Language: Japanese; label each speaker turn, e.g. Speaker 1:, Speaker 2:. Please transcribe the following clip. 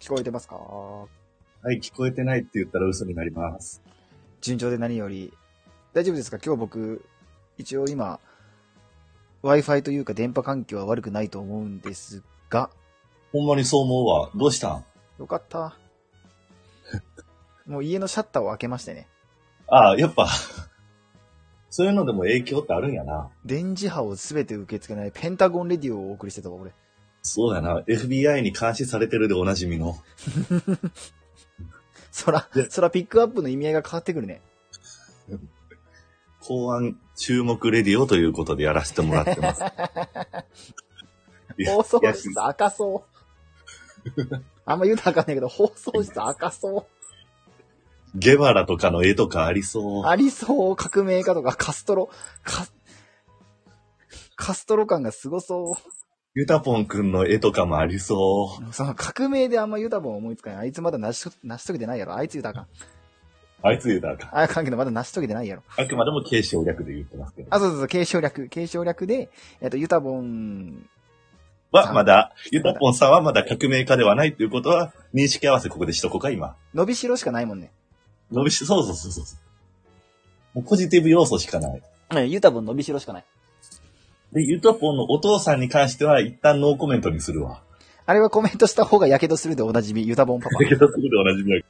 Speaker 1: 聞こえてますか
Speaker 2: はい、聞こえてないって言ったら嘘になります。
Speaker 1: 順調で何より。大丈夫ですか今日僕、一応今、Wi-Fi というか電波環境は悪くないと思うんですが、
Speaker 2: ほんまにそう思うわ。どうしたん
Speaker 1: よか った。もう家のシャッターを開けましてね。
Speaker 2: ああ、やっぱ、 そういうのでも影響ってあるんやな。
Speaker 1: 電磁波を全て受け付けないペンタゴンレディオをお送りしてたわ、俺。
Speaker 2: そうやな。FBI に監視されてるでおなじみの。
Speaker 1: そら、
Speaker 2: で
Speaker 1: そらピックアップの意味合いが変わってくるね。
Speaker 2: 公安注目レディオということでやらせてもらって ます。いや
Speaker 1: 放送
Speaker 2: いや
Speaker 1: 室赤そう。 あんま言うたらあかんねんけど、放送室赤そう。
Speaker 2: ゲバラとかの絵とかありそう。
Speaker 1: ありそう、革命家とか、カストロ、カス、カストロ感がすごそ。
Speaker 2: ユタポンくんの絵とかもありそう
Speaker 1: その革命であんまユタボン思いつかない。あいつまだ成しと成し遂げてないやろ。あいつ言うたらあかん。
Speaker 2: う。あいつ言うたらあかん
Speaker 1: あかんけどまだ成し遂げてないやろ。
Speaker 2: あくまでも軽省略で言ってますけど。
Speaker 1: あ、そうそうそう、継承略。継承略で、えっと、ユタボン、
Speaker 2: は、まだ、ユタポンさんはまだ革命家ではないということは、認識合わせここでしとこうか、今。
Speaker 1: 伸びしろしかないもんね。
Speaker 2: 伸びし、そうそうそうそうそう。もうポジティブ要素しかない。
Speaker 1: うんユタボン伸びしろしかない。
Speaker 2: で、ユタポンのお父さんに関しては、一旦ノーコメントにするわ。
Speaker 1: あれはコメントした方が火傷するでおなじみ、ユタボンパパ
Speaker 2: だ。けど、そこでおなじみだ